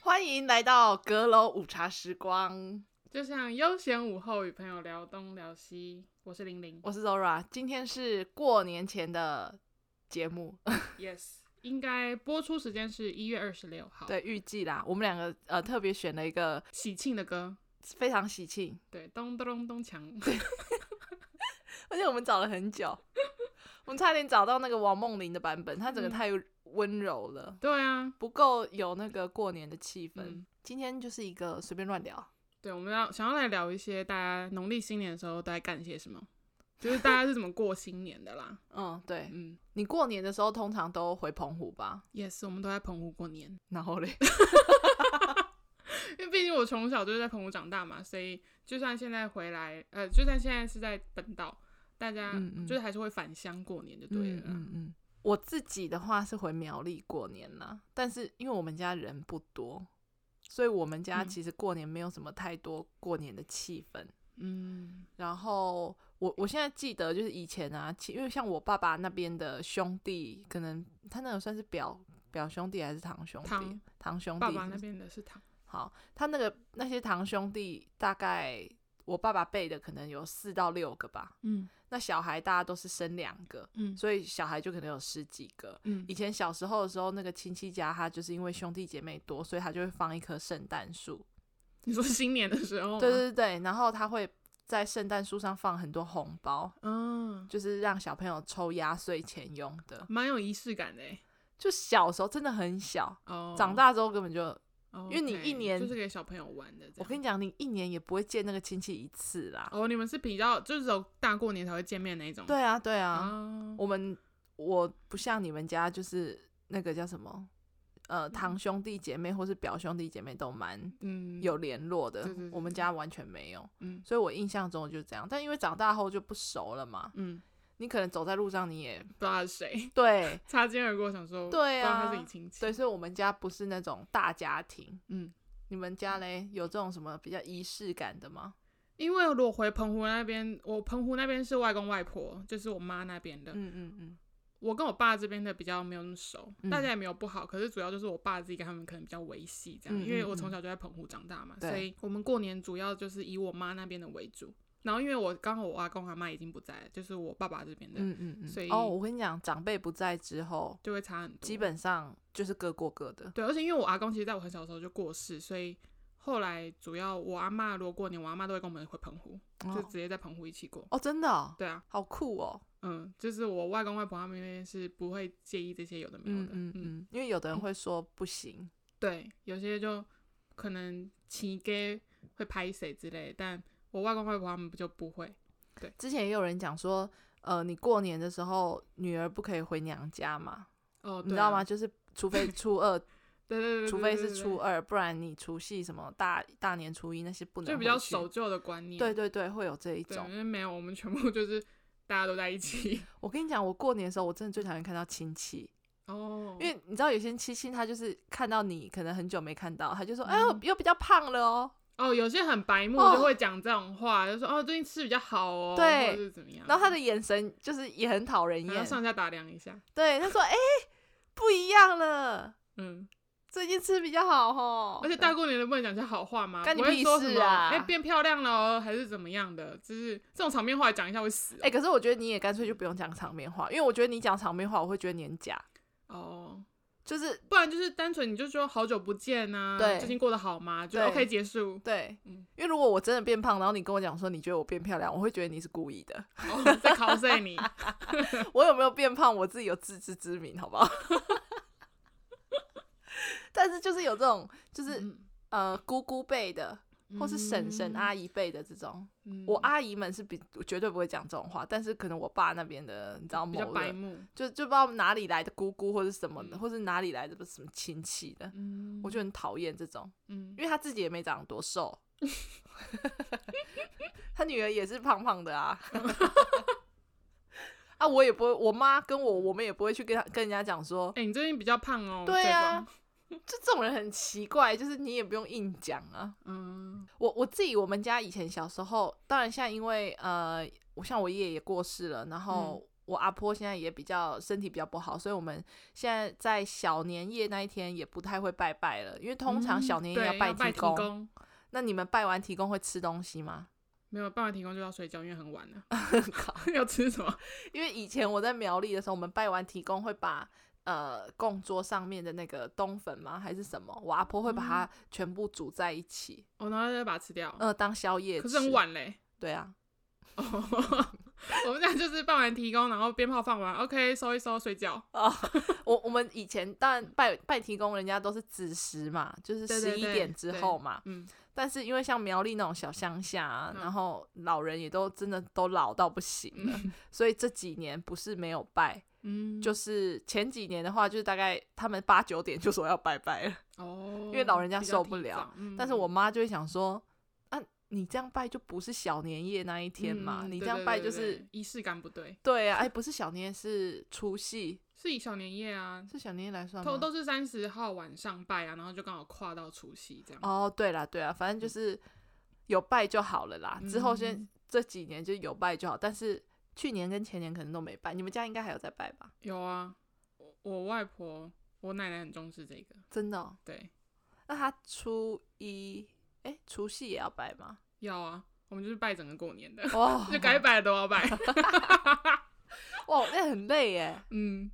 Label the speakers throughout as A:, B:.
A: 欢迎来到阁楼午茶时光，
B: 就像悠闲午后与朋友聊东聊西，我是玲玲。
A: 我是 Zora，今天是过年前的节目，
B: yes，应该播出时间是一月二十六 号。，
A: 对，预计啦，我们两个呃特别选了一个
B: 喜庆的歌，
A: 非常喜庆，
B: 对，咚咚咚咚锵。
A: 而且我们找了很久， 我们差点找到那个王梦玲的版本，她整个
B: 嗯
A: 太温柔了，
B: 对啊，
A: 不够有那个过年的气氛。
B: 嗯
A: 今天就是一个随便乱聊，
B: 对，我们要想要来聊一些大家农历新年的时候都在干些什么，就是大家是怎么过新年的啦。
A: 嗯，对
B: 嗯
A: 你过年的时候通常都回澎湖吧？
B: ，yes，我们都在澎湖过年，
A: 然后嘞，
B: 因为毕竟我从小就是在澎湖长大嘛，所以就算现在回来，呃，就算现在是在本岛，大家
A: 嗯嗯
B: 就是还是会返乡过年就对了啦。
A: 嗯嗯，我自己的话是回苗栗过年啦，但是因为我们家人不多，所以我们家
B: 嗯
A: 其实过年没有什么太多过年的气氛。
B: 嗯
A: 然后我我现在记得就是以前啊，其因为像我爸爸那边的兄弟，可能他那个算是表表兄弟还是堂兄弟？
B: 堂
A: 堂兄弟
B: 爸
A: 是
B: 爸
A: 不
B: 那
A: 是
B: 边的是糖，
A: 好，他那个那些堂兄弟大概我爸爸辈的可能有四到六个吧，
B: 嗯
A: 那小孩大家都是生两个，
B: 嗯
A: 所以小孩就可能有十几个。
B: 嗯
A: 以前小时候的时候，那个亲戚家他就是因为兄弟姐妹多，所以他就会放一棵圣诞树。
B: 你说新年的时候吗？
A: 对对对，然后他会在圣诞树上放很多红包，
B: 嗯，
A: 就是让小朋友抽压岁钱用的。
B: 蛮有仪式感的欸。
A: 就小时候真的很小，
B: 哦，
A: 长大之后根本就，因
B: 哦，
A: 为你
B: OK，
A: 一年
B: 就是给小朋友玩的这
A: 我
B: 样。
A: 跟你讲，你一年也不会见那个亲戚一次啦。
B: 哦，你们是比较就是有大过年才会见面那一种。
A: 对啊，对啊，
B: 啊，
A: 我们我不像你们家，就是那个叫什么，呃，堂兄弟姐妹或是表兄弟姐妹都蛮
B: 嗯，
A: 有联络的，
B: 对对对
A: 我们家完全没有，
B: 嗯
A: 所以我印象中就是这样。但因为长大后就不熟了嘛，
B: 嗯，
A: 你可能走在路上你也
B: 不知道他是谁，
A: 对
B: 擦肩而过，想说
A: 对
B: 不知道他是
A: 啊
B: 你，亲戚。
A: 对，所以我们家不是那种大家庭。
B: 嗯，
A: 你们家嘞有这种什么比较仪式感的吗？
B: 因为我回澎湖那边，我澎湖那边是外公外婆，就是我妈那边的。
A: 嗯嗯嗯，
B: 我跟我爸这边的比较没有那么熟，
A: 嗯
B: 大家也没有不好，可是主要就是我爸自己跟他们可能比较维系这样，
A: 嗯
B: 因为
A: 嗯
B: 我
A: 嗯
B: 从小就在澎湖长大嘛，
A: 对
B: 所以我们过年主要就是以我妈那边的为主。然后因为我刚好我阿公阿妈已经不在了，就是我爸爸这边的、
A: 嗯嗯
B: 所以
A: 嗯。哦，我跟你讲，长辈不在之后，
B: 就会差很多，
A: 基本上就是各过各的。
B: 对，而且因为我阿公其实在我很小的时候就过世，所以后来主要我阿妈如果过年，我阿妈都会跟我们回澎湖，就
A: 哦
B: 直接在澎湖一起过。
A: 哦，真的、哦，
B: 对啊，
A: 好酷哦。
B: 嗯，就是我外公外婆他们那边是不会介意这些有的没有
A: 嗯
B: 的，
A: 嗯嗯，因为有的人会说不行，
B: 对，有些就可能起给会拍谁之类，但我外公外婆他们就不会。
A: 之前也有人讲说，呃，你过年的时候女儿不可以回娘家嘛，
B: 哦，
A: 你
B: 对
A: 知道
B: 啊
A: 吗？？就是除非初二，
B: 对对对对，
A: 除非
B: 对
A: 是初，二，不然你除夕什么大大年初一那些不
B: 对
A: 能
B: 对就比较
A: 回去
B: 守。旧的观念。
A: 对对对，会有这一
B: 对，
A: 种。
B: 因为没有，我们全部就是大家都在 一起。
A: 我跟你讲，我过年的时候，我真的最讨厌看到亲戚，
B: 哦，
A: 因为你知道有些亲戚他就是看到你可能很久没看到，他就说：“哎
B: 嗯
A: 呦，又比较胖了哦。
B: 哦，有些很白目，
A: 哦
B: 就会讲这种话，就说哦，最近吃比较好哦，
A: 对
B: 或者是怎么样。
A: 然后他的眼神就是也很讨人
B: 还要
A: 厌。
B: 嗯上下打量一下，
A: 对，他说：“哎、不一样了，
B: 嗯，
A: 最近吃比较好哦。”
B: 而且大过年的不能讲些好话吗？
A: 干你
B: 不会
A: 屁
B: 说什
A: 事
B: 么
A: 啊
B: 哎，变漂亮了哦，还是怎么样的？就是这种场面话讲一下会死哦。
A: 哎、可是我觉得你也干脆就不用讲场面话，因为我觉得你讲场面话，我会觉得你很假。
B: 哦，
A: 就是
B: 不然就是单纯你就说好久不见呐、
A: 对
B: 最近过得好吗？就
A: 对，
B: OK 结束
A: 对，
B: 嗯
A: 因为如果我真的变胖，然后你跟我讲说你觉得我变漂亮，我会觉得你是故意的。
B: 哦、在 cos 你，
A: 我有没有变胖，我自己有自知之明，好不 好？但是就是有这种，就是、
B: 嗯
A: 呃姑姑辈的，或是婶婶、阿姨辈的这种，
B: 嗯
A: 我阿姨们是比绝对不会讲这种话，但是可能我爸那边的，你知道
B: 比较
A: 某
B: 白
A: 个
B: 目，
A: 就就不知道哪里来的姑姑或者什么的，
B: 嗯
A: 或是哪里来的什么亲戚的，
B: 嗯，
A: 我就很讨厌这种。
B: 嗯
A: 因为他自己也没长多瘦， 他女儿也是胖胖的啊。 啊，我也不会，我妈跟我，我们也不会去跟他跟人家讲说，
B: 哎、你最近比较胖哦，
A: 对
B: 呀、
A: 啊，就这种人很奇怪，就是你也不用硬讲啊。
B: 嗯
A: 我我自己，我们家以前小时候，当然现在因为呃，我像我爷爷也过世了，然后我阿婆现在也比较身体比较不好，所以我们现在在小年夜那一天也不太会拜拜了，因为通常小年夜
B: 嗯对
A: 拜
B: 拜
A: 提公。
B: 公，
A: 那你们拜完提公会吃东西吗？
B: 没有拜完提公就要睡觉，因为很晚了。
A: 靠
B: 要吃什么？
A: 因为以前我在苗栗的时候，我们拜完提公会把呃供桌上面的那个冬粉吗还是什么，我阿婆会把
B: 嗯
A: 它全部煮在一起，
B: 哦，然后再把它吃掉。
A: 呃，当宵夜吃。
B: 可是很。晚嘞。
A: 对啊，
B: 哦，我们家就是拜完提公，然后鞭炮放完，OK，收一收，睡觉。
A: 我我们以前当然拜拜提公，人家都是子时嘛，就是
B: 对
A: 十
B: 对
A: 一
B: 对
A: 点之
B: 对
A: 后嘛。
B: 嗯，
A: 但是因为像苗栗那种小乡下、啊，
B: 嗯
A: 然后老人也都真的都老到不行了，所以这几年不是没有拜，
B: 嗯，
A: 就是前几年的话，就是大概他们八九点就说要拜拜了，
B: 哦，
A: 因为老人家
B: 比较
A: 受不
B: 提
A: 了
B: 早。嗯
A: 但是我妈就会想说，啊，你这样拜就不是小年夜那一天嘛，
B: 嗯
A: 你这
B: 对
A: 样
B: 对
A: 拜
B: 对
A: 就
B: 对
A: 是
B: 对仪式感不对，
A: 对啊，哎，不是小年夜是除夕，
B: 是以小年夜啊，
A: 是小年夜来算
B: 都
A: 吗？
B: 都是三十号晚上拜啊，然后就刚好跨到除夕这样。
A: 哦，对啦对啦，反正就是有拜就好了啦。之后先
B: 嗯
A: 这几年就有拜就好，但是去年跟前年可能都没拜，你们家应该还有在拜吧？
B: 有啊，我我外婆、我奶奶很重视这个，
A: 真的、哦？
B: 对，
A: 那他初一，哎，除夕也要拜吗？
B: 要啊，我们就是拜整个过年的，，
A: 哦
B: 就该拜的都 要拜。
A: 哇，那很累耶。
B: 嗯，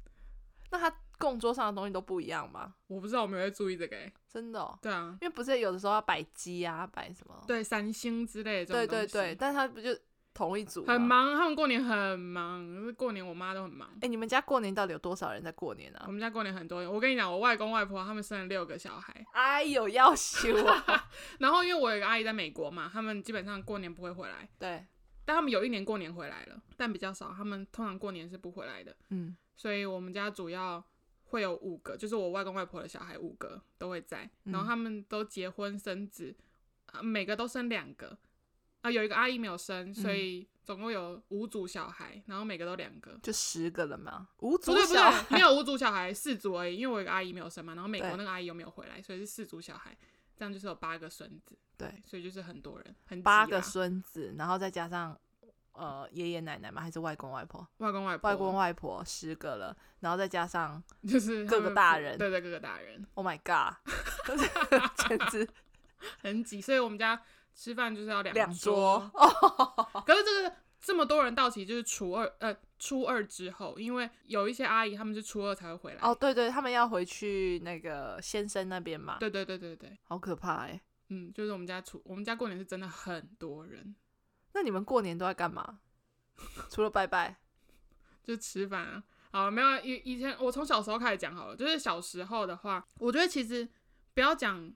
A: 那他供桌上的东西都不一样吗？
B: 我不知道，我没有在注意这个、欸。
A: 真的、哦？
B: 对啊，
A: 因为不是有的时候要摆鸡啊，摆什么？
B: 对三星之类的这
A: 对
B: 种
A: 对
B: 东
A: 对
B: 西，
A: 但他不就同一组吗
B: 很？忙，他们过年很忙，就是过年我妈都很忙。
A: 哎、你们家过年到底有多少人在过年啊
B: 我？们家过年很多人，我跟你讲，我外公外婆他们生了六个小孩，
A: 哎呦，要修 啊！
B: 然后因为我有一个阿姨在美国嘛，他们基本上过年不会回来，
A: 对，
B: 但他们有一年过年回来了，但比较少，他们通常过年是不回来的，
A: 嗯，
B: 所以我们家主要会有五个，就是我外公外婆的小孩五个都会在，
A: 嗯
B: 然后他们都结婚生子，啊每个都生两个，啊有一个阿姨没有生，所
A: 嗯
B: 以总共有五组小孩，然后每个都两个。
A: 就十个了嘛，五
B: 不
A: 组
B: 对不
A: 小
B: 对，没有五组小孩，四组而已。因为我有一个阿姨没有生嘛，然后美国
A: 对
B: 那个阿姨又没有回来，所以是四组小孩，这样就是有八个孙子，
A: 对，
B: 所以就是很多人，很
A: 八
B: 挤
A: 个
B: 啦
A: 孙子，然后再加上呃爷爷奶奶嘛，还是外公外婆？
B: 外公外婆，
A: 外公外婆十个了，然后再加上
B: 就是他
A: 各个
B: 们
A: 大
B: 父
A: 人
B: 对对，各个大人
A: Oh my God，简直
B: 很挤，所以我们家吃饭就是要两
A: 两
B: 桌
A: 桌。哦，
B: 可是这个这么多人到齐，就是初二呃初二之后，因为有一些阿姨他们是初二才会回来。
A: 哦，，对对，他们要回去那个先生那边嘛，
B: 对对对对对，
A: 好可怕哎。
B: 嗯，就是我们家初我们家过年是真的很多人，
A: 那你们过年都在干 嘛？除了拜拜，
B: 就是吃饭啊。好，没有啊以以前我从小时候开始讲好了，就是小时候的话，我觉得其实不要讲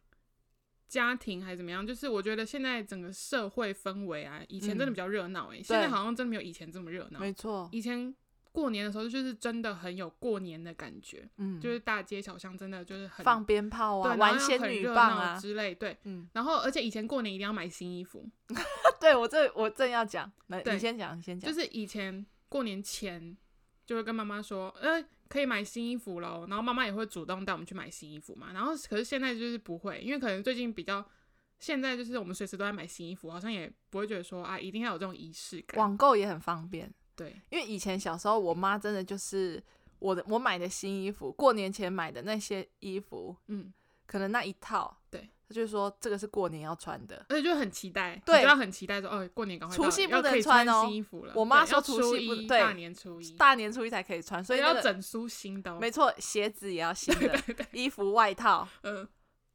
B: 家庭还是怎么样，就是我觉得现在整个社会氛围啊，以前真
A: 嗯
B: 的比较热闹诶，现在好像真的没有以前这么热闹。
A: 没错，
B: 以前过年的时候，就是真的很有过年的感觉，
A: 嗯，
B: 就是大街小巷真的就是很
A: 放鞭炮
B: 对
A: 啊，，
B: 然后
A: 玩
B: 要
A: 仙
B: 很
A: 女
B: 热
A: 棒
B: 闹
A: 啊，
B: 之类，对。
A: 嗯，
B: 然后而且以前过年一定要买新衣服，
A: 对我这我正要讲，来
B: 对
A: 你先讲，你先讲，
B: 就是是以前过年前就会跟妈妈说，呃，可以买新衣服喽，然后妈妈也会主动带我们去买新衣服嘛。然后可是现在就是不会，因为可能最近比较。现在就是我们随时都在买新衣服，好像也不会觉得说啊，一定要有这种仪式感。
A: 网购也很方便，
B: 对，
A: 因为以前小时候我妈真的就是我的我买的新衣服，过年前买的那些衣服，
B: 嗯，
A: 可能那一套，
B: 对，
A: 她就说这个是过年要穿的，
B: 而且就很期待，
A: 对
B: 你就要很期待说，哦，过年赶快到了
A: 除夕不
B: 要可
A: 能
B: 以
A: 穿哦
B: 穿新衣服了。
A: 我妈
B: 对要
A: 说除夕不
B: 一
A: 对
B: 大年初一，
A: 大年初一才可以穿，所以那
B: 要
A: 个
B: 整梳新的、哦。
A: 没错，鞋子也要新的，
B: 对对对，
A: 衣服、外套，
B: 嗯、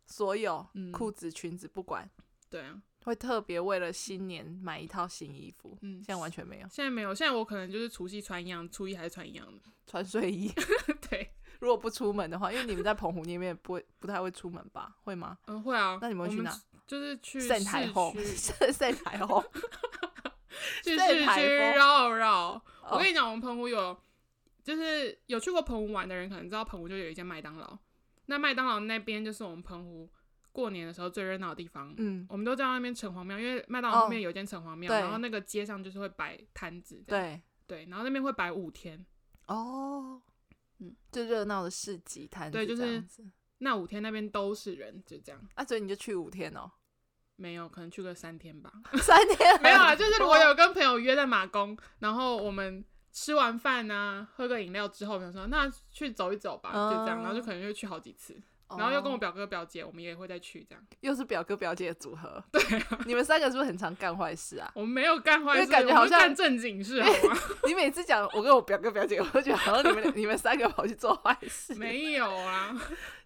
A: 所有
B: 嗯
A: 裤子、裙子不管，
B: 对啊，
A: 会特别为了新年买一套新衣服。
B: 嗯
A: 现在完全没有
B: 现在没有，现在我可能就是除夕穿一样，初一还是 穿一样的。
A: 穿睡衣。
B: 对，
A: 如果不出门的话，因为你们在澎湖那边不会不太会出门吧？会吗？
B: 嗯，会啊。
A: 那你们会去哪？
B: 就是去
A: 晒台后，
B: 市
A: 晒晒台后。
B: 区，去
A: 晒
B: 市
A: 台
B: 区
A: 风
B: 绕绕。
A: 哦
B: 我跟你讲，我们澎湖有，就是有去过澎湖玩的人，可能知道澎湖就有一间麦当劳。那麦当劳那边就是我们澎湖过年的时候最热闹的地方。
A: 嗯，
B: 我们都在那边城隍庙，因为麦当
A: 哦
B: 劳后面有一间城隍庙，
A: 对
B: 然后那个街上就是会摆摊子这样，
A: 对，
B: 对对，然后那边会摆五天，
A: 哦，
B: 嗯，
A: 就热闹的市集摊子
B: 对就是
A: 这样子。
B: 那五天那边都是人，就这样，
A: 啊，所以你就去五天 哦，
B: 没有可能去个三天吧，
A: 三天
B: 没有啊，就是
A: 很
B: 我
A: 多
B: 有跟朋友约在马公，然后我们吃完饭呢、喝个饮料之后，我想说那去走一走吧，就这样，
A: 嗯
B: 然后就可能就去好几次，然后又跟我
A: 哦
B: 表哥表姐，我们也会再去这样。
A: 又是表哥表姐的组 合，对、
B: 啊
A: 你们三个是不是很常干坏事啊？
B: 我们没有干坏
A: 因
B: 事，
A: 为感觉
B: 我们
A: 好像
B: 干正经事，好 吗？
A: 你每次讲我跟我表哥表姐，我都觉得好像你们你们三个跑去做坏事。
B: 没有啊，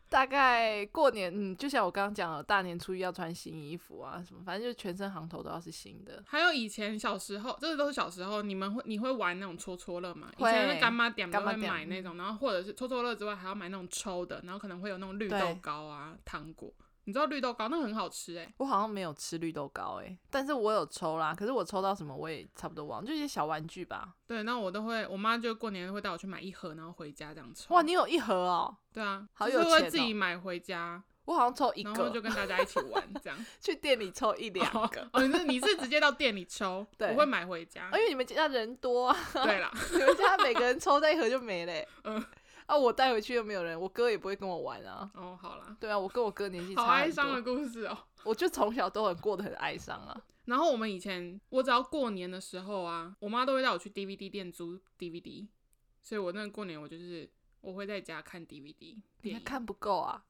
A: 大概过年，嗯，就像我刚刚讲的，大年初一要穿新衣服啊，什么，反正就全身行头都要是新的。
B: 还有以前小时候，这个都是小时候，你们会你会玩那种戳戳乐吗？以
A: 会
B: 前是干妈点都
A: 干妈
B: 会
A: 点
B: 买那种，然后或者是戳戳乐之外还要买那种抽的，然后可能会有那种绿
A: 对
B: 豆糕啊、糖果。你知道绿豆糕那个很好吃哎、
A: 我好像没有吃绿豆糕诶、但是我有抽啦，可是我抽到什么我也差不多忘了，就一些小玩具吧。
B: 对，那我都会，我妈就过年会带我去买一盒，然后回家这样抽。
A: 哇，你有一盒哦，
B: 对啊，
A: 好
B: 就是
A: 有
B: 会
A: 钱
B: 自己
A: 哦
B: 买回家，
A: 我好像抽一
B: 然后就
A: 个，
B: 跟大家一起 玩这样。
A: 去店里抽一两个，
B: 哦，你是你是直接到店里抽，
A: 对
B: 我会买回家
A: 啊。因为你们家人多啊，
B: 对啦，
A: 你们家每个人抽到一盒就没嘞、
B: 嗯
A: 啊，我带回去又没有人，我哥也不会跟我玩啊。
B: 哦，好啦，
A: 对啊，我跟我哥年纪
B: 好
A: 差
B: 哀
A: 很
B: 伤的
A: 多，
B: 故事哦、
A: 我就从小都很过得很哀伤啊。
B: 然后我们以前，我只要过年的时候啊，我妈都会带我去 DVD 店租 DVD，所以我那个过年我就是我会在家看 DVD
A: 你
B: 电
A: 还
B: 影，
A: 看不够 啊？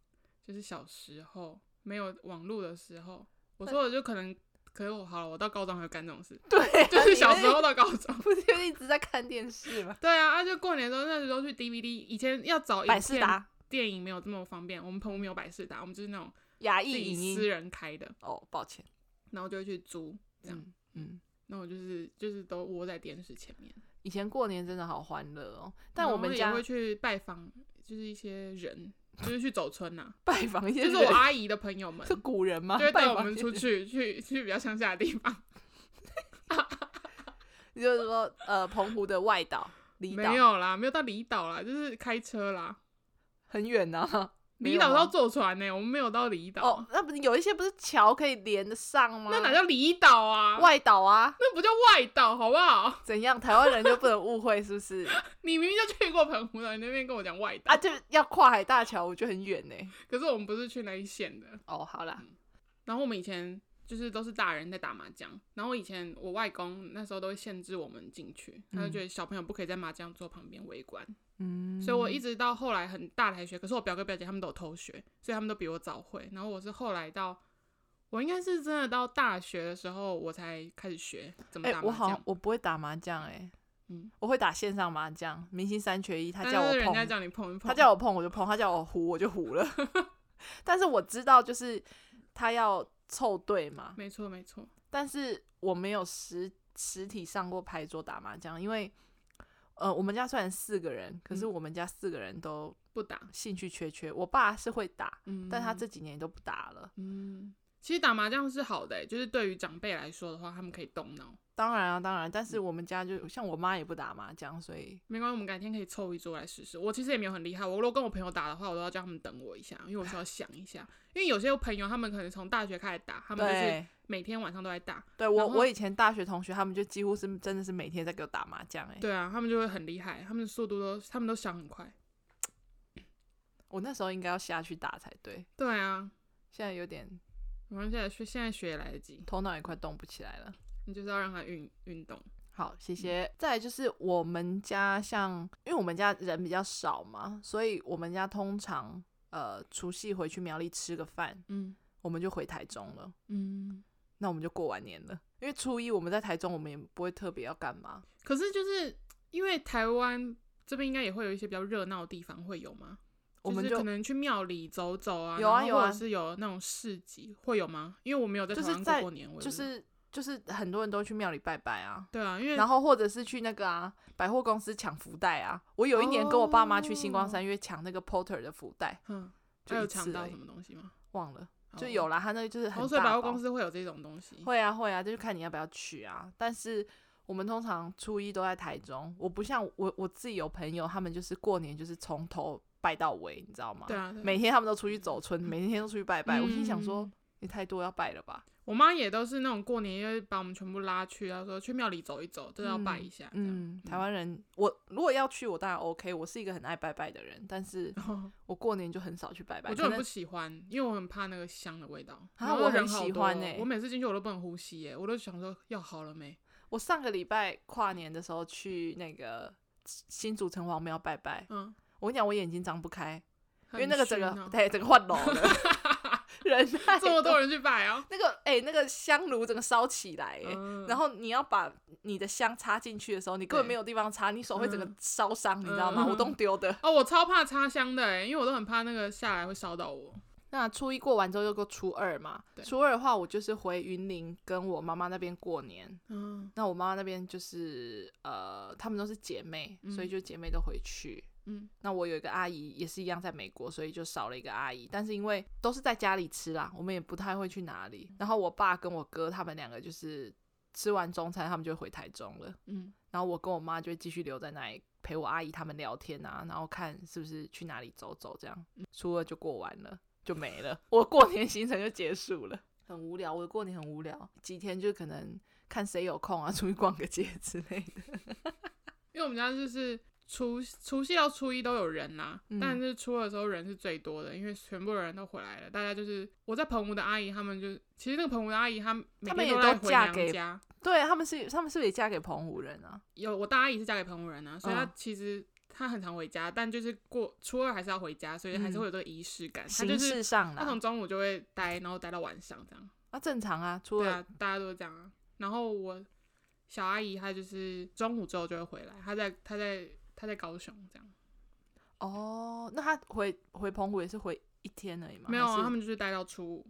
B: 就是小时候没有网络的时候，我
A: 呃
B: 说我就可能，可是我好了，我到高中还会干这种事，
A: 对啊，
B: 就是
A: 你
B: 小
A: 们。
B: 时候到高中
A: 不是就一直在看电视吗？
B: 对啊，啊就过年的时候，那时候去 DVD，以前要找
A: 百事
B: 影片
A: 达、
B: 电影没有这么方便，我们澎湖没有百事达，我们就是那种
A: 雅
B: 自
A: 艺
B: 己
A: 影
B: 私
A: 音。
B: 人开的，
A: 哦，抱歉，
B: 然后就会去租这样，
A: 嗯嗯，
B: 那我就是就是都窝在电视前面。
A: 以前过年真的好欢乐哦，但
B: 然
A: 我
B: 后
A: 们
B: 也
A: 家
B: 会去拜访，就是一些人，就是去走村 呐、
A: 拜访一些
B: 就
A: 人，
B: 是我阿姨的朋友们，
A: 是
B: 就
A: 古人吗
B: 会？带
A: 拜
B: 我
A: 访
B: 们
A: 一些
B: 出
A: 人，
B: 去，去去比较乡下的地方。
A: 你就是说呃，澎湖的外岛、离岛
B: 没，有啦，没有到离岛啦，就是开车啦。
A: 很远呐、没
B: 离
A: 有
B: 岛
A: 吗
B: 到坐船呢、我们没有到离岛。啊
A: 哦，那不是有一些不是桥可以连得上吗？
B: 那哪叫离岛啊？
A: 外岛啊？
B: 那不叫外岛，好不好？
A: 怎样？台湾人就不能误会是不是？
B: 你明明就去过澎湖了，你那边跟我讲外岛，
A: 啊，就要跨海大桥，我觉得很远呢、
B: 可是我们不是去那一县的。
A: 哦，好啦，
B: 然后我们以前就是都是大人在打麻将，然后以前我外公那时候都会限制我们进去，他就觉得小朋友不可以在麻将桌旁边围观，
A: 嗯，
B: 所以我一直到后来很大才学。可是我表哥表姐他们都有偷学，所以他们都比我早会。然后我是后来到我应该是真的到大学的时候我才开始学怎么
A: 哎、
B: 打
A: 我
B: 麻
A: 好
B: 将。
A: 像我不会打麻将哎、
B: 嗯，
A: 我会打线上麻将，明星三缺一，他
B: 但
A: 叫我
B: 嗯是人
A: 碰，
B: 家叫你碰一碰，
A: 他叫我碰我就碰，他叫我胡我就胡了。 但是我知道就是他要凑对嘛，
B: 没错没错，
A: 但是我没有实实体上过牌桌打麻将，因为呃我们家虽然四个人，可是
B: 嗯
A: 我们家四个人都
B: 不打。
A: 兴趣缺缺。我爸是会打，
B: 嗯，
A: 但他这几年都不打了。
B: 嗯，其实打麻将是好的、欸就是对于长辈来说的话，他们可以动脑。
A: 当然啊，当然，但是
B: 嗯
A: 我们家就像我妈也不打麻将，所以
B: 没关系，我们改天可以凑一桌来试试。我其实也没有很厉害，我如果跟我朋友打的话，我都要叫他们等我一下，因为我需要想一下。因为有些朋友他们可能从大学开始打，他们就是
A: 对。
B: 每天晚上都在打，
A: 对我，
B: 然后
A: 我以前大学同学他们就几乎是真的是每天在给我打麻将哎、
B: 对啊，他们就会很厉害，他们的速度都他们都想很快。
A: 我那时候应该要下去打才对，
B: 对啊，
A: 现在有点
B: 我们现在学现在学也来得及，
A: 头脑也快动不起来了。
B: 你就是要让他运运动。
A: 好，谢谢。再来就是我们家像，因为我们家人比较少嘛，所以我们家通常呃除夕回去苗栗吃个饭，
B: 嗯
A: 我们就回台中了。
B: 嗯，
A: 那我们就过完年了，因为初一我们在台中，我们也不会特别要干嘛。
B: 可是就是因为台湾这边应该也会有一些比较热闹的地方，会有吗？
A: 我们
B: 就是
A: 就
B: 可能去庙里走走啊，
A: 有啊
B: 然后
A: 有啊
B: 或者是有那种市集，会有吗？因为我没有在
A: 就
B: 台
A: 是
B: 湾过
A: 在
B: 过年，我也
A: 就
B: 不知道
A: 是就是很多人都去庙里拜拜啊，
B: 对啊，因为
A: 然后或者是去那个啊百货公司抢福袋啊。我有一年跟我爸妈去星光
B: 哦
A: 三月抢那个 Porter 的福袋，
B: 嗯，
A: 就
B: 他有
A: 一
B: 抢
A: 次
B: 到
A: 而
B: 什
A: 已
B: 么东西吗？
A: 忘了就
B: 哦
A: 有啦。他那个就是
B: 哦，
A: 很
B: 所以百
A: 大
B: 货
A: 包
B: 公司会有这种东西。
A: 会啊会啊，就是看你要不要去啊。但是我们通常初一都在台中，我不像我我自己有朋友，他们就是过年就是从头拜到尾，你知道吗？
B: 对啊，对啊
A: 每天他们都出去走村，每天都出去拜拜。我心想说
B: 嗯，
A: 也太多要拜了吧？
B: 我妈也都是那种过年，就是把我们全部拉去，她说去庙里走一走，都要拜一下。这样
A: 嗯，台湾人，我如果要去，我当然 OK，我是一个很爱拜拜的人，但是
B: 然后
A: 我过年就很少去拜拜。
B: 我就
A: 可
B: 很
A: 能
B: 不喜欢，因为我很怕那个香的味道。
A: 啊
B: 然后
A: 我很
B: 人好
A: 喜
B: 多
A: 欢
B: 哦
A: 欸
B: 欸我每次进去我都不能呼吸耶，我都想说要好了没？
A: 我上个礼拜跨年的时候去那个新竹城隍庙拜拜，
B: 嗯，
A: 我跟你讲，我眼睛张不开，因
B: 很
A: 为那个整
B: 熏
A: 个、
B: 哦
A: 对整个换楼 了，人太
B: 这么多人去 摆哦，
A: 那个哎、那个香炉整个烧起来、哎、
B: 嗯
A: 然后你要把你的香插进去的时候，你根本
B: 对
A: 没有地方插，你手会整个
B: 嗯
A: 烧伤，你知道吗？
B: 嗯
A: 我都丢的。
B: 哦，我超怕插香的欸，因为我都很怕那个下来会烧到我。
A: 那初一过完之后，又过初二嘛。
B: 对
A: 初二的话，我就是回云林跟我妈妈那边过年。
B: 嗯
A: 那我妈妈那边就是呃，她们都是姐妹，
B: 嗯
A: 所以就姐妹都回去。
B: 嗯
A: 那我有一个阿姨也是一样在美国，所以就少了一个阿姨。但是因为都是在家里吃啦，我们也不太会去哪里。然后我爸跟我哥他们两个就是吃完中餐，他们就回台中了。
B: 嗯
A: 然后我跟我妈就会继续留在那里陪我阿姨他们聊天啊，然后看是不是去哪里走走这样。初二就过完了，就没了，我过年行程就结束了，很无聊。我的过年很无聊，几天就可能看谁有空啊，出去逛个街之类的。
B: 因为我们家就是除除夕到初一都有人啦、
A: 嗯
B: 但是初二的时候人是最多的，因为全部人都回来了，大家就是我在澎湖的阿姨，他们就其实那个澎湖的阿姨，她每
A: 他们
B: 天
A: 也
B: 在
A: 都
B: 回
A: 嫁
B: 娘
A: 给
B: 家。
A: 对他们是他们是不是也嫁给澎湖人啊？
B: 有我大阿姨是嫁给澎湖人啊，所以她
A: 嗯
B: 其实她很常回家，但就是过初二还是要回家，所以还是
A: 嗯
B: 会有这个仪式感。她
A: 形
B: 就是
A: 式啊上
B: 她
A: 啦
B: 从，中午就会待，然后待到晚上这样。
A: 啊正常啊，初
B: 对
A: 二
B: 啊，大家都是这样啊。然后我小阿姨她就是中午之后就会回来，她在她在她在高雄这样。
A: 哦，那他回回澎湖也是回一天而已吗？
B: 没有
A: 还
B: 啊，
A: 是
B: 他们就是待到初五，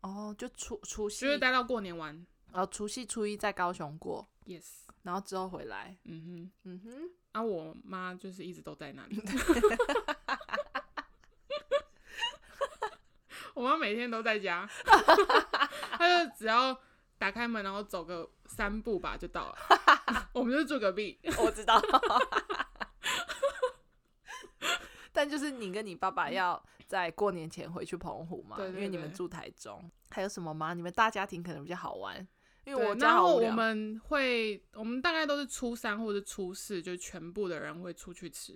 A: 哦，就除除夕
B: 就，是待到过年完。
A: 呃，除夕初一在高雄过，
B: Yes，
A: 然后之后回来，
B: 嗯哼，
A: 嗯哼。
B: 啊，我妈就是一直都在那 里。我妈每天都在 家，她就只要打开门，然后走个三步吧就 到了。我们就住隔壁，
A: 我知道。 但就是你跟你爸爸要在过年前回去澎湖嘛，
B: 对对
A: 因为你们
B: 对
A: 住台中。还有什么吗？你们大家庭可能比较好玩，因为
B: 对
A: 我家
B: 然
A: 好
B: 后
A: 无
B: 我
A: 聊。
B: 们会，我们大概都是初三或者初四，就全部的人会出去吃，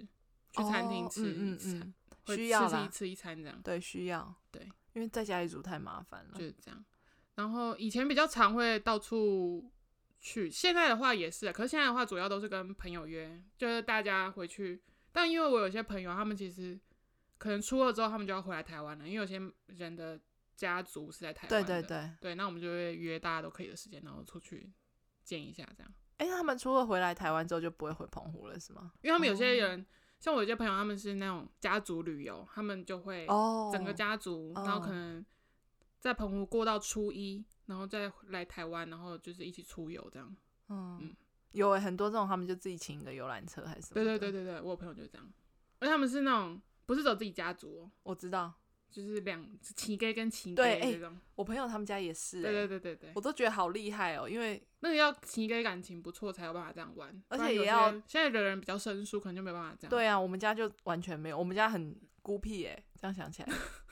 B: 去餐厅
A: 哦
B: 吃一
A: 嗯
B: 餐，
A: 嗯嗯，
B: 会
A: 需要
B: 吃一
A: 啦，
B: 吃一餐这样，
A: 对，啊需要，
B: 对，
A: 因为在家里煮太麻烦了
B: 就。是这样。然后以前比较常会到处去，现在的话也是，啊可是现在的话主要都是跟朋友约，就是大家回去。但因为我有些朋友，他们其实可能初二之后他们就要回来台湾了，因为有些人的家族是在台
A: 对
B: 湾的，
A: 对对，哎、
B: 对，那我们就会约大家都可以的时间，然后出去见一下这样。
A: 那他们初二回来台湾之后就不会回澎湖了，是吗？
B: 因为他们有些
A: 哦
B: 人，像我有些朋友，他们是那种家族旅游，他们就会
A: 哦，
B: 整个家族，然后可能在澎湖过到初一，然后再来台湾，然后就是一起出游这样。
A: 嗯
B: 嗯，
A: 有、欸、很多这种，他们就自己请一个游览车还是什么？
B: 对对对，对对，我有朋友就是这样，而且他们是那种不是走自己家族、哦，
A: 我知道，
B: 就是两旗哥跟旗哥
A: 对哎
B: 这种。
A: 我朋友他们家也是、欸，
B: 对对啊对对对
A: 我，都觉得好厉害哦，因为
B: 那个要旗哥感情不错才有办法这样玩，
A: 而
B: 不然
A: 且
B: 有
A: 也要
B: 些现在的人比较生疏，可能就没办法这样。
A: 对啊，我们家就完全没有，我们家很孤僻哎，这样想起来，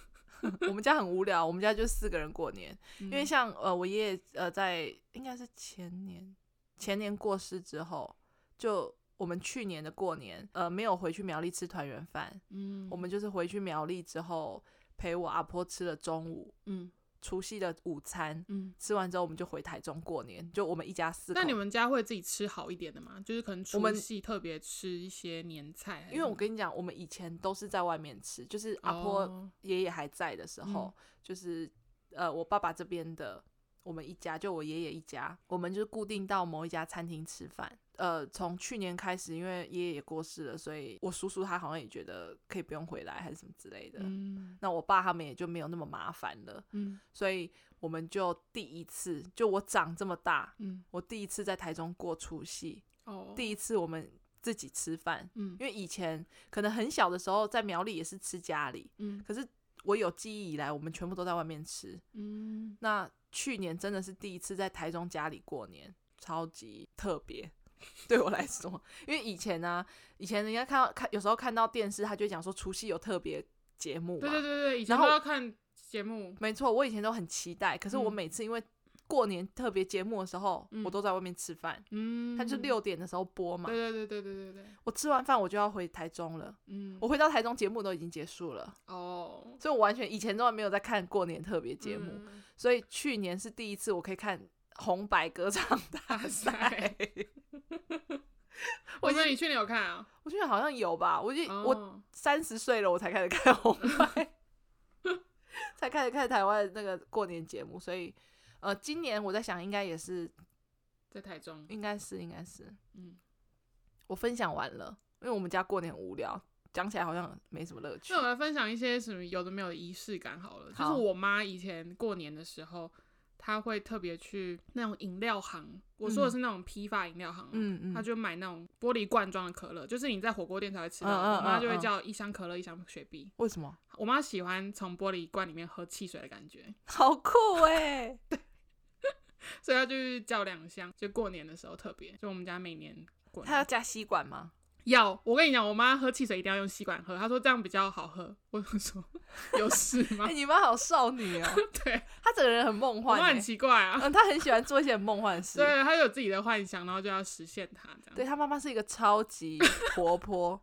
A: 我们家很无聊，我们家就四个人过年，
B: 嗯，
A: 因为像呃我爷爷呃在应该是前年前年过世之后，就我们去年的过年呃没有回去苗栗吃团圆饭，
B: 嗯，
A: 我们就是回去苗栗之后陪我阿婆吃了中午
B: 嗯
A: 除夕的午餐。
B: 嗯。
A: 吃完之后，我们就回台中过年，就我们一家四口。
B: 那你们家会自己吃好一点的吗？就是可能除
A: 们
B: 夕特别吃一些年菜还是什么，
A: 因为我跟你讲，我们以前都是在外面吃，就是阿婆
B: 哦嗯
A: 爷爷还在的时候，就是呃，我爸爸这边的我们一家，就我爷爷一家，我们就是固定到某一家餐厅吃饭。呃，从去年开始，因为爷爷也过世了，所以我叔叔他好像也觉得可以不用回来还是什么之类的。
B: 嗯
A: 那我爸他们也就没有那么麻烦了，
B: 嗯
A: 所以我们就第一次，就我长这么大，
B: 嗯
A: 我第一次在台中过除夕，
B: 哦，
A: 第一次我们自己吃饭，
B: 嗯
A: 因为以前可能很小的时候在苗栗也是吃家里，
B: 嗯
A: 可是我有记忆以来，我们全部都在外面吃。
B: 嗯，
A: 那去年真的是第一次在台中家里过年，超级特别。 对我来说，因为以前呢、啊以前人家看到看有时候看到电视，他就会讲说除夕有特别节目嘛，
B: 对对对对，以前
A: 然后
B: 都要看节目，
A: 没错，我以前都很期待，可是我
B: 嗯
A: 每次因为过年特别节目的时候，
B: 嗯
A: 我都在外面吃饭，
B: 嗯，
A: 它就，六点的时候播嘛，
B: 对对对对对对对，
A: 我吃完饭我就要回台中了，
B: 嗯，
A: 我回到台中节目都已经结束了。
B: 哦
A: 所以我完全以前都没有在看过年特别节目，
B: 嗯
A: 所以去年是第一次我可以看红白歌唱大赛
B: 赛，我说你去年有看啊？
A: 我觉得好像有吧，我记得我
B: 哦
A: 三十岁了，我才开始看红白， 才开始看台湾的那个过年节目，所以呃，今年我在想，应该也是，
B: 在台中，
A: 应该是，应该是，
B: 嗯，
A: 我分享完了，因为我们家过年很无聊，讲起来好像没什么乐趣
B: 那。我来分享一些什么有的没有的仪式感好了。
A: 好
B: 就是我妈以前过年的时候，她会特别去那种饮料行，我说的是那种批发饮料行哦，
A: 嗯嗯，
B: 她就买那种玻璃罐装的可乐，就是你在火锅店才会吃到的。
A: 嗯嗯
B: 我妈
A: 嗯
B: 就会
A: 嗯
B: 叫一箱可乐，一箱雪碧。
A: 为什么？
B: 我妈喜欢从玻璃罐里面喝汽水的感觉，
A: 好酷哎、
B: 所以她就是叫两箱。就过年的时候特别，就我们家每年过
A: 他要
B: 年
A: 加吸管吗？
B: 要我跟你讲，我妈喝汽水一定要用吸管喝，她说这样比较好喝。我就说 有事
A: 哎、
B: 吗？
A: 你妈好少 女哦、
B: 对，
A: 她整个人很啊梦
B: 我
A: 幻、
B: 妈很
A: 欸。
B: 奇怪啊。
A: 嗯，她很喜欢做一些很梦幻的事。
B: 对，她有自己的幻想，然后就要实现它这样。
A: 对，她妈妈是一个超级活 泼、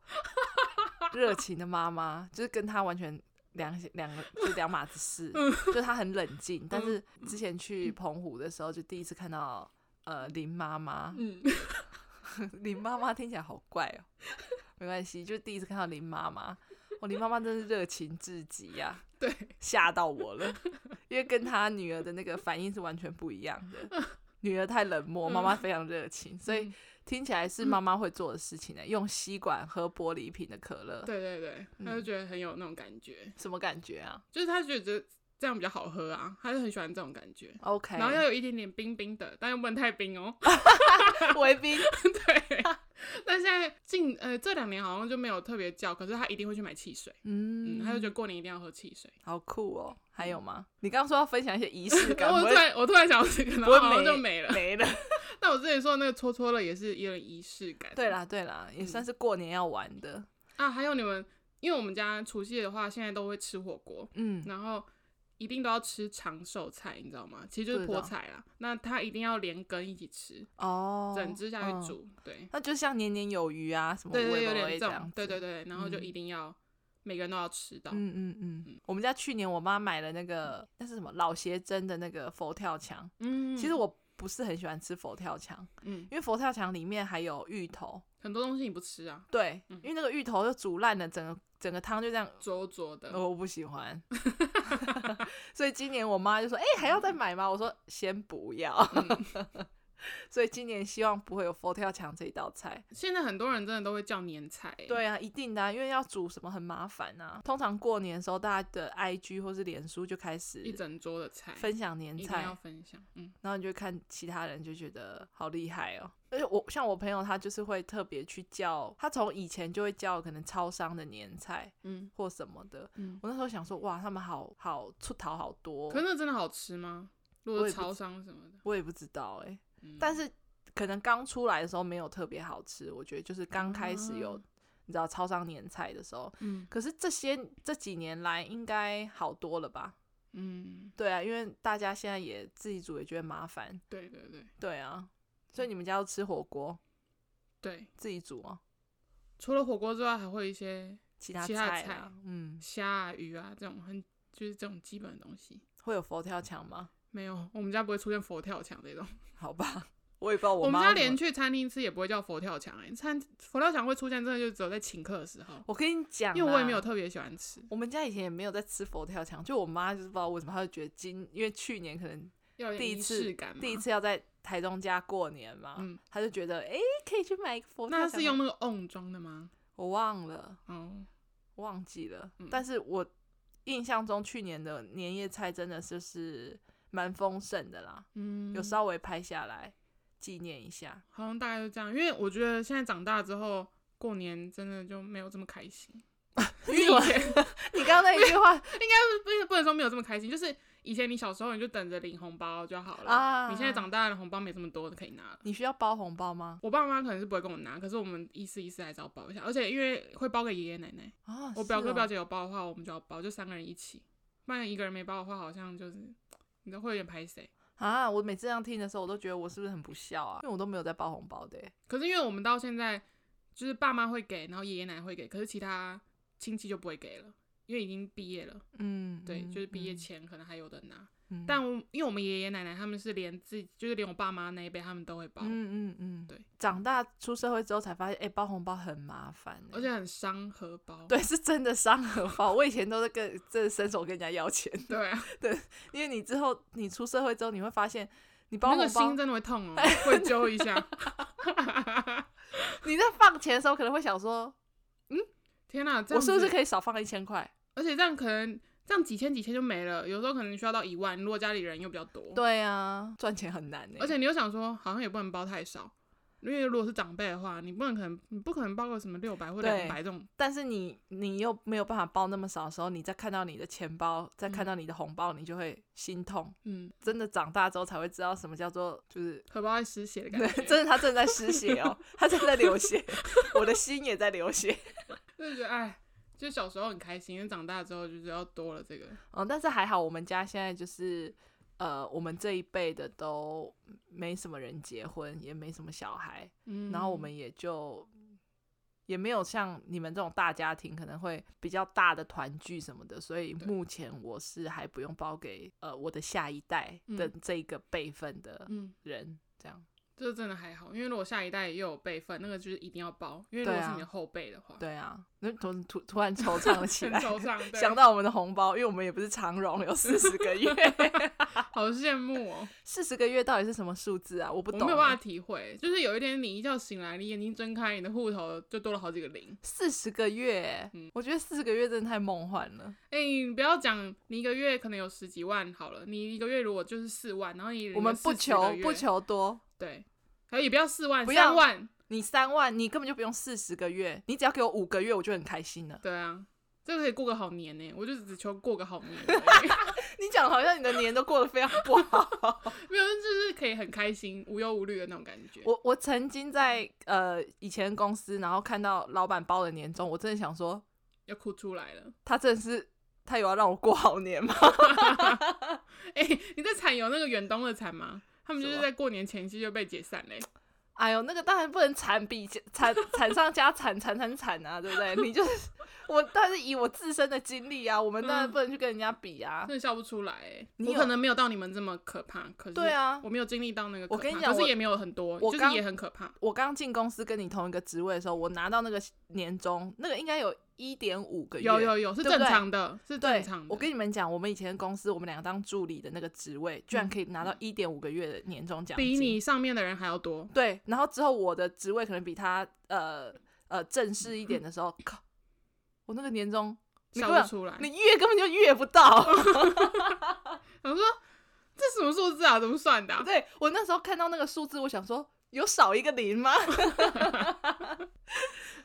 A: 热情的妈妈，就是跟她完全两两个就两码子事。就她很冷静，但是之前去澎湖的时候，就第一次看到呃林妈妈，
B: 嗯，
A: 林妈妈听起来好怪哦、没关系，就第一次看到林妈妈，我林妈妈真是热情至极呀、
B: 对，
A: 吓到我了，因为跟她女儿的那个反应是完全不一样的。女儿太冷漠，妈妈非常热情， 所以
B: 嗯
A: 听起来是妈妈会做的事情呢、用吸管喝玻璃瓶的可乐，
B: 对对对，她
A: 嗯
B: 就觉得很有那种感觉，
A: 什么感觉啊
B: 就是她觉得这样比较好喝啊，她就很喜欢这种感觉。
A: ？OK，
B: 然后要有一点点冰冰的，但又不能太冰哦。
A: 维宾，
B: 对，但现在近呃这两年好像就没有特别叫，可是她一定会去买汽水。嗯，
A: 嗯，
B: 她就觉得过年一定要喝汽水。
A: 好酷哦。还有吗？你刚刚说要分享一些仪式感，
B: 我
A: 不
B: 突
A: 会
B: 然我突然想到这个，然
A: 不会
B: 后好像就没 了。
A: 没了。
B: 那我之前说的那个搓搓乐也是有点仪式感。
A: 对啦对啦，也
B: 嗯
A: 算是过年要玩的。
B: 啊，还有你们，因为我们家除夕的话，现在都会吃火锅，
A: 嗯，
B: 然后一定都要吃长寿菜，你知道吗？其实就
A: 对
B: 是
A: 的
B: 菠菜啦。那它一定要连根一起吃，
A: 哦，
B: 整只下
A: 嗯
B: 去煮。对
A: 那就像年年有余啊，什么
B: 对对，
A: 微
B: 有
A: 博
B: 点
A: 微这
B: 这
A: 样
B: 种，
A: 子，
B: 对对对，然后就
A: 嗯
B: 一定要每个人都要吃到。
A: 嗯嗯嗯。我们家去年我妈买了那个那是什么老鞋针的那个佛跳墙，
B: 嗯，
A: 其实我不是很喜欢吃佛跳墙，
B: 嗯
A: 因为佛跳墙里面还有芋头，
B: 很多东西你不吃啊，
A: 对，
B: 嗯
A: 因为那个芋头就煮烂了，整个整个汤就这样。
B: 灼灼的。
A: 呃我不喜欢， 所以今年我妈就说：“哎、还要再买吗？”我说：“先不要。
B: 嗯
A: 所以今年希望不会有佛跳墙这一道菜。
B: 现在很多人真的都会叫年菜、欸，
A: 对啊，一定的、啊，因为要煮什么很麻烦啊。通常过年的时候，大家的 IG 或是脸书就开
B: 一
A: 始
B: 整桌的菜，
A: 分享年
B: 一定
A: 菜，
B: 要分享。嗯，
A: 然后你就看其他人就觉得好厉害哦。而且我像我朋友，他就是会特别去叫，他从以前就会叫可能超商的年菜
B: 嗯
A: 或什么的。
B: 嗯，
A: 我那时候想说，哇，他们好好出逃好多
B: 可，是那真的好吃吗？如
A: 我
B: 果
A: 也
B: 是
A: 不
B: 超商什么的，
A: 我也不知道哎、
B: 嗯、
A: 但是可能刚出来的时候没有特别好吃，我觉得就是刚开始有、
B: 啊
A: 你知道超商年菜的时候，
B: 嗯
A: 可是这些这几年来应该好多了吧？
B: 嗯，
A: 对啊，因为大家现在也自己煮也觉得麻烦，
B: 对对对
A: 对啊，所以你们家都吃火锅
B: 对，
A: 自己煮哦，
B: 除了火锅之外，还会有一些
A: 其他
B: 其他
A: 菜
B: 菜
A: 啦嗯，
B: 虾啊、鱼啊这种很就是这种基本的东西。
A: 会有佛跳墙吗？
B: 没有，我们家不会出现佛跳墙这种。
A: 好吧，我也不知道
B: 我
A: 妈
B: 们
A: 我
B: 家连去餐厅吃也不会叫佛跳墙、欸，餐佛跳墙会出现，真的就只有在请客的时候，
A: 我跟你讲，啊
B: 因为我也没有。特别喜欢吃，
A: 我们家以前也没有在吃佛跳墙，就我妈就是不知道为什么，她就觉得今因为去年可能
B: 要有
A: 第一
B: 点仪
A: 次
B: 式感嘛。
A: 第一次要在台中家过年嘛，
B: 嗯
A: 她就觉得诶可以去买佛跳
B: 那
A: 墙，
B: 是用那个瓮装的吗？
A: 我忘了，
B: 哦，
A: 忘记了，
B: 嗯
A: 但是我印象中去年的年夜菜真的就是蛮丰盛的啦，
B: 嗯，
A: 有稍微拍下来纪念一 下。
B: 好像大概就这样，因为我觉得现在长大之后，过年真的就没有这么开心。 因为 以前
A: 你刚刚那一句话
B: 不是不能说没有这么开心，就是以前你小时候你就等着领红包就好了，
A: 啊
B: 你现在长大了红包没这么多可以拿了。
A: 你需要包红包吗？
B: 我爸妈可能是不会跟我拿，可是我们一次一次还是要包一下，而且因为会包给爷爷奶奶，
A: 啊，
B: 我表哥表
A: 姐
B: 姐有包的话，我们就要包，就三个人一起。不然一个人没包的话，好像就是你都会有点排谁。
A: 啊，我每次这样听的时候，我都觉得我是不是很不孝啊？因为我都没有在包红包的欸、
B: 可是因为我们到现在就是爸妈会给，然后爷爷奶奶会给，可是其他亲戚就不会给了，因为已经毕业了。
A: 嗯，
B: 对，
A: 嗯
B: 就是毕业
A: 嗯
B: 前可能还有的拿，
A: 嗯
B: 但我因为我们爷爷奶奶他们是连自己，就是连我爸妈那一辈他们都会包，
A: 嗯嗯嗯，
B: 对。
A: 长大出社会之后才发现，哎、包红包很麻烦欸、
B: 而且很伤荷包。
A: 对，是真的伤荷包。我以前都是跟这伸手跟人家要钱，
B: 对啊，
A: 因为你之后你出社会之后，你会发现你包
B: 那
A: 红
B: 个
A: 包
B: 心，真的会痛哦，会揪一 下。
A: 你在放钱的时候可能会想说，
B: 天哪、这
A: 我
B: 样
A: 是不是
B: 子
A: 可以少放一千块？
B: 而且这样可能这样几千几千就没了，有时候可能需要到一万，如果家里人又比较多。
A: 对啊，赚钱很难呢、
B: 而且你又想说，好像也不能包太少，因为如果是长辈的话，你不能可能你不可能包个什么六百或
A: 对
B: 两百这种，
A: 但是你你又没有办法包那么少的时候，你再看到你的钱包，再看
B: 嗯
A: 到你的红包，你就会心痛。
B: 嗯，
A: 真的长大之后才会知道什么叫做就是
B: 荷包会失血的感
A: 对，
B: 觉，
A: 真的，他正在失血哦，他正在流血， 我的心也在流血。
B: 就是觉得哎，就小时候很开心，因为长大之后就是要多了这个，
A: 嗯，但是还好，我们家现在就是，呃，我们这一辈的都没什么人结婚，也没什么小孩，
B: 嗯，
A: 然后我们也就也没有像你们这种大家庭可能会比较大的团聚什么的，所以
B: 对
A: 目前我是还不用包给呃我的下一代的
B: 嗯
A: 这一个辈分的
B: 嗯。
A: 人，这样
B: 这真的还好，因为如果下一代也有备份，那个就是一定要包，因为如
A: 对
B: 果是
A: 啊
B: 你的后辈的话，
A: 对啊，那突突突然惆怅了起
B: 很
A: 来。
B: 惆怅，对
A: 想到我们的红包，因为我们也不是长荣，有四十个 月，
B: 好羡慕哦，
A: 四十个月到底是什么数字啊？我 不
B: 我
A: 懂、
B: 没有办法体会，就是有一天你一觉醒来，你眼睛睁开，你的户头就多了好几个零。
A: 四十个月，
B: 嗯
A: 我觉得四十个月真的太梦幻了。
B: 哎、你不要讲，你一个月可能有十几万好了，你一个月如果就是四万，然后你领
A: 我们
B: 了
A: 不
B: 40个
A: 求
B: 月
A: 不，求多，
B: 对，还有也不要四万，
A: 不要
B: 三万，
A: 你三万，你根本就不用四十个月，你只要给我五个月，我就很开心了。
B: 对啊，这个可以过个好年呢、我就只求过个好年而已，
A: 你讲得好像你的年都过得非常不好。
B: 没有，就是可以很开心、无忧无虑的那种感觉。
A: 我我曾经在呃以前公司，然后看到老板包的年终，我真的想说，
B: 要哭出来了，
A: 他真的是他有要让我过好年吗？
B: 哎、你在产有那个远东的产吗？他们就
A: 什
B: 是
A: 么
B: 在过年前夕就被解散嘞、
A: 哎呦，那个当然不能惨比惨惨上加惨惨惨惨啊，对不对？你就是我，但是以我自身的经历啊，我们
B: 嗯
A: 当然不能去跟人家比啊。
B: 真的笑不出来、欸。
A: 你
B: 我
A: 有
B: 可能没有到你们这么可怕，可是
A: 对啊
B: 我没有经历到那个可怕，
A: 我跟你讲
B: 可
A: 我
B: 是也没有很多，
A: 我
B: 就是
A: 刚
B: 也很可怕。
A: 我刚进公司跟你同一个职位的时候，我拿到那个年终，那个应该有一点五个月。
B: 有有有，是
A: 对不
B: 正
A: 对
B: 常的，是
A: 对
B: 正常，的。
A: 我跟你们讲，我们以前公司我们两个当助理的那个职位，居然可以拿到一点五个月的年终奖金，
B: 嗯比你上面的人还要多，
A: 对。然后之后我的职位可能比他呃呃正式一点的时候，靠，我那个年终，你
B: 笑
A: 根本
B: 不出来。
A: 你越根本就越不 到。
B: 我说这什么数字啊？怎么算的啊、
A: 对我那时候看到那个数字，我想说有少一个零吗？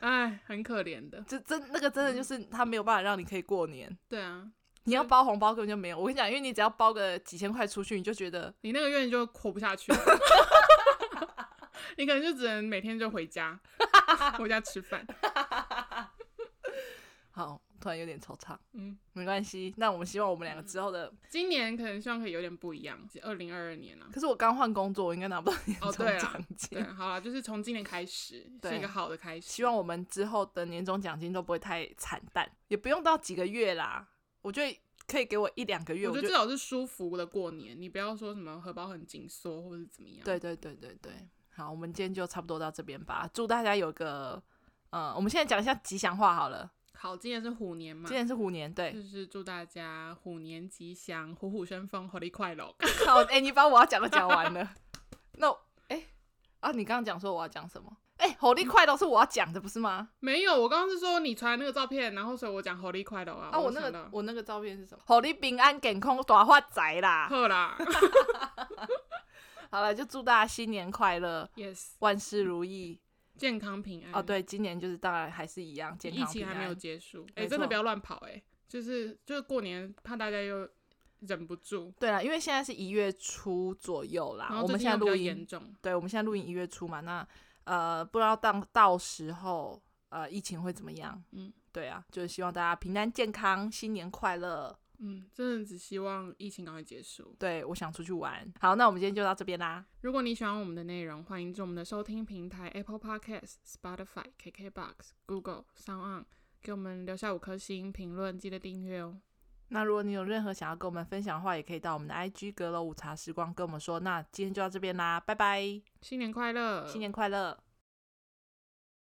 B: 哎，很可怜的。
A: 就真那个真
B: 嗯
A: 的就是他没有办法让你可以过年。
B: 对啊，
A: 你要包红包根本就没有，我跟你讲，因为你只要包个几千块出去，你就觉得
B: 你那个月就活不 下去了， 你可能就只能每天就回家， 回家吃饭。
A: 好，突然有点惆怅，
B: 嗯，
A: 没关系。那我们希望我们两个之后的，
B: 今年可能希望可以有点不一样，二零二二年啊。
A: 可是我刚换工作，我应该拿不到年终
B: 哦对啊
A: 奖金。
B: 对，好了，就是从今年开始
A: 对
B: 是一个好的开始。
A: 希望我们之后的年终奖金都不会太惨淡，也不用到几个月啦，我觉得可以给我一两个月，
B: 我
A: 我
B: 觉得
A: 就
B: 至少是舒服的过年，你不要说什么荷包很紧缩或者怎么样。
A: 对对对对对，好，我们今天就差不多到这边吧。祝大家有个，呃，我们现在讲一下吉祥话好了。
B: 好，今年是虎年嘛
A: 今，年是虎年，对。
B: 就是祝大家虎年吉祥，虎虎生风，猴力快乐。
A: 好，哎、你把我要讲的讲完了。 那我，哎、啊，你刚刚讲说我要讲什么？哎、火
B: 嗯
A: 力快乐是我要讲的，不是吗？
B: 没有，我刚刚是说你传那个照片，然后所以我讲猴力快乐啊。
A: 啊，我
B: 我
A: 那
B: 想
A: 个
B: 到
A: 我那个照片是什么？火力平安健康大发财啦！
B: 好啦
A: 好了，就祝大家新年快乐，
B: ，yes，
A: 万事如意。
B: 健康平安。
A: 哦，，对，今年就是当然还是一样健
B: 嗯疫
A: 康平
B: 情还
A: 安。
B: 没有结束，哎、
A: 没
B: 真的
A: 错
B: 不要乱跑、哎，就是就是过年怕大家又忍不住，
A: 对了，因为现在是一月初左右啦
B: 然，后
A: 啊我
B: 最
A: 们
B: 近
A: 现在
B: 又比
A: 录
B: 较
A: 音
B: 严重，
A: 对，我们现在录音一月初嘛，那呃，不知道到到时候呃疫情会怎么样？
B: 嗯，
A: 对啊，就是希望大家平安健康，新年快乐。
B: 嗯，真的只希望疫情赶快结束。
A: 对，我想出去玩。好，那我们今天就到这边啦。
B: 如果你喜欢我们的内容，欢迎至我们的收听平台 Apple Podcast、Spotify、KKBox、Google、Sound On 给我们留下五颗星评论，记得订阅哦。
A: 那如果你有任何想要跟我们分享的话，也可以到我们的 IG 阁楼午茶时光跟我们说。那今天就到这边啦，拜拜，
B: 新年快乐，
A: 新年快乐！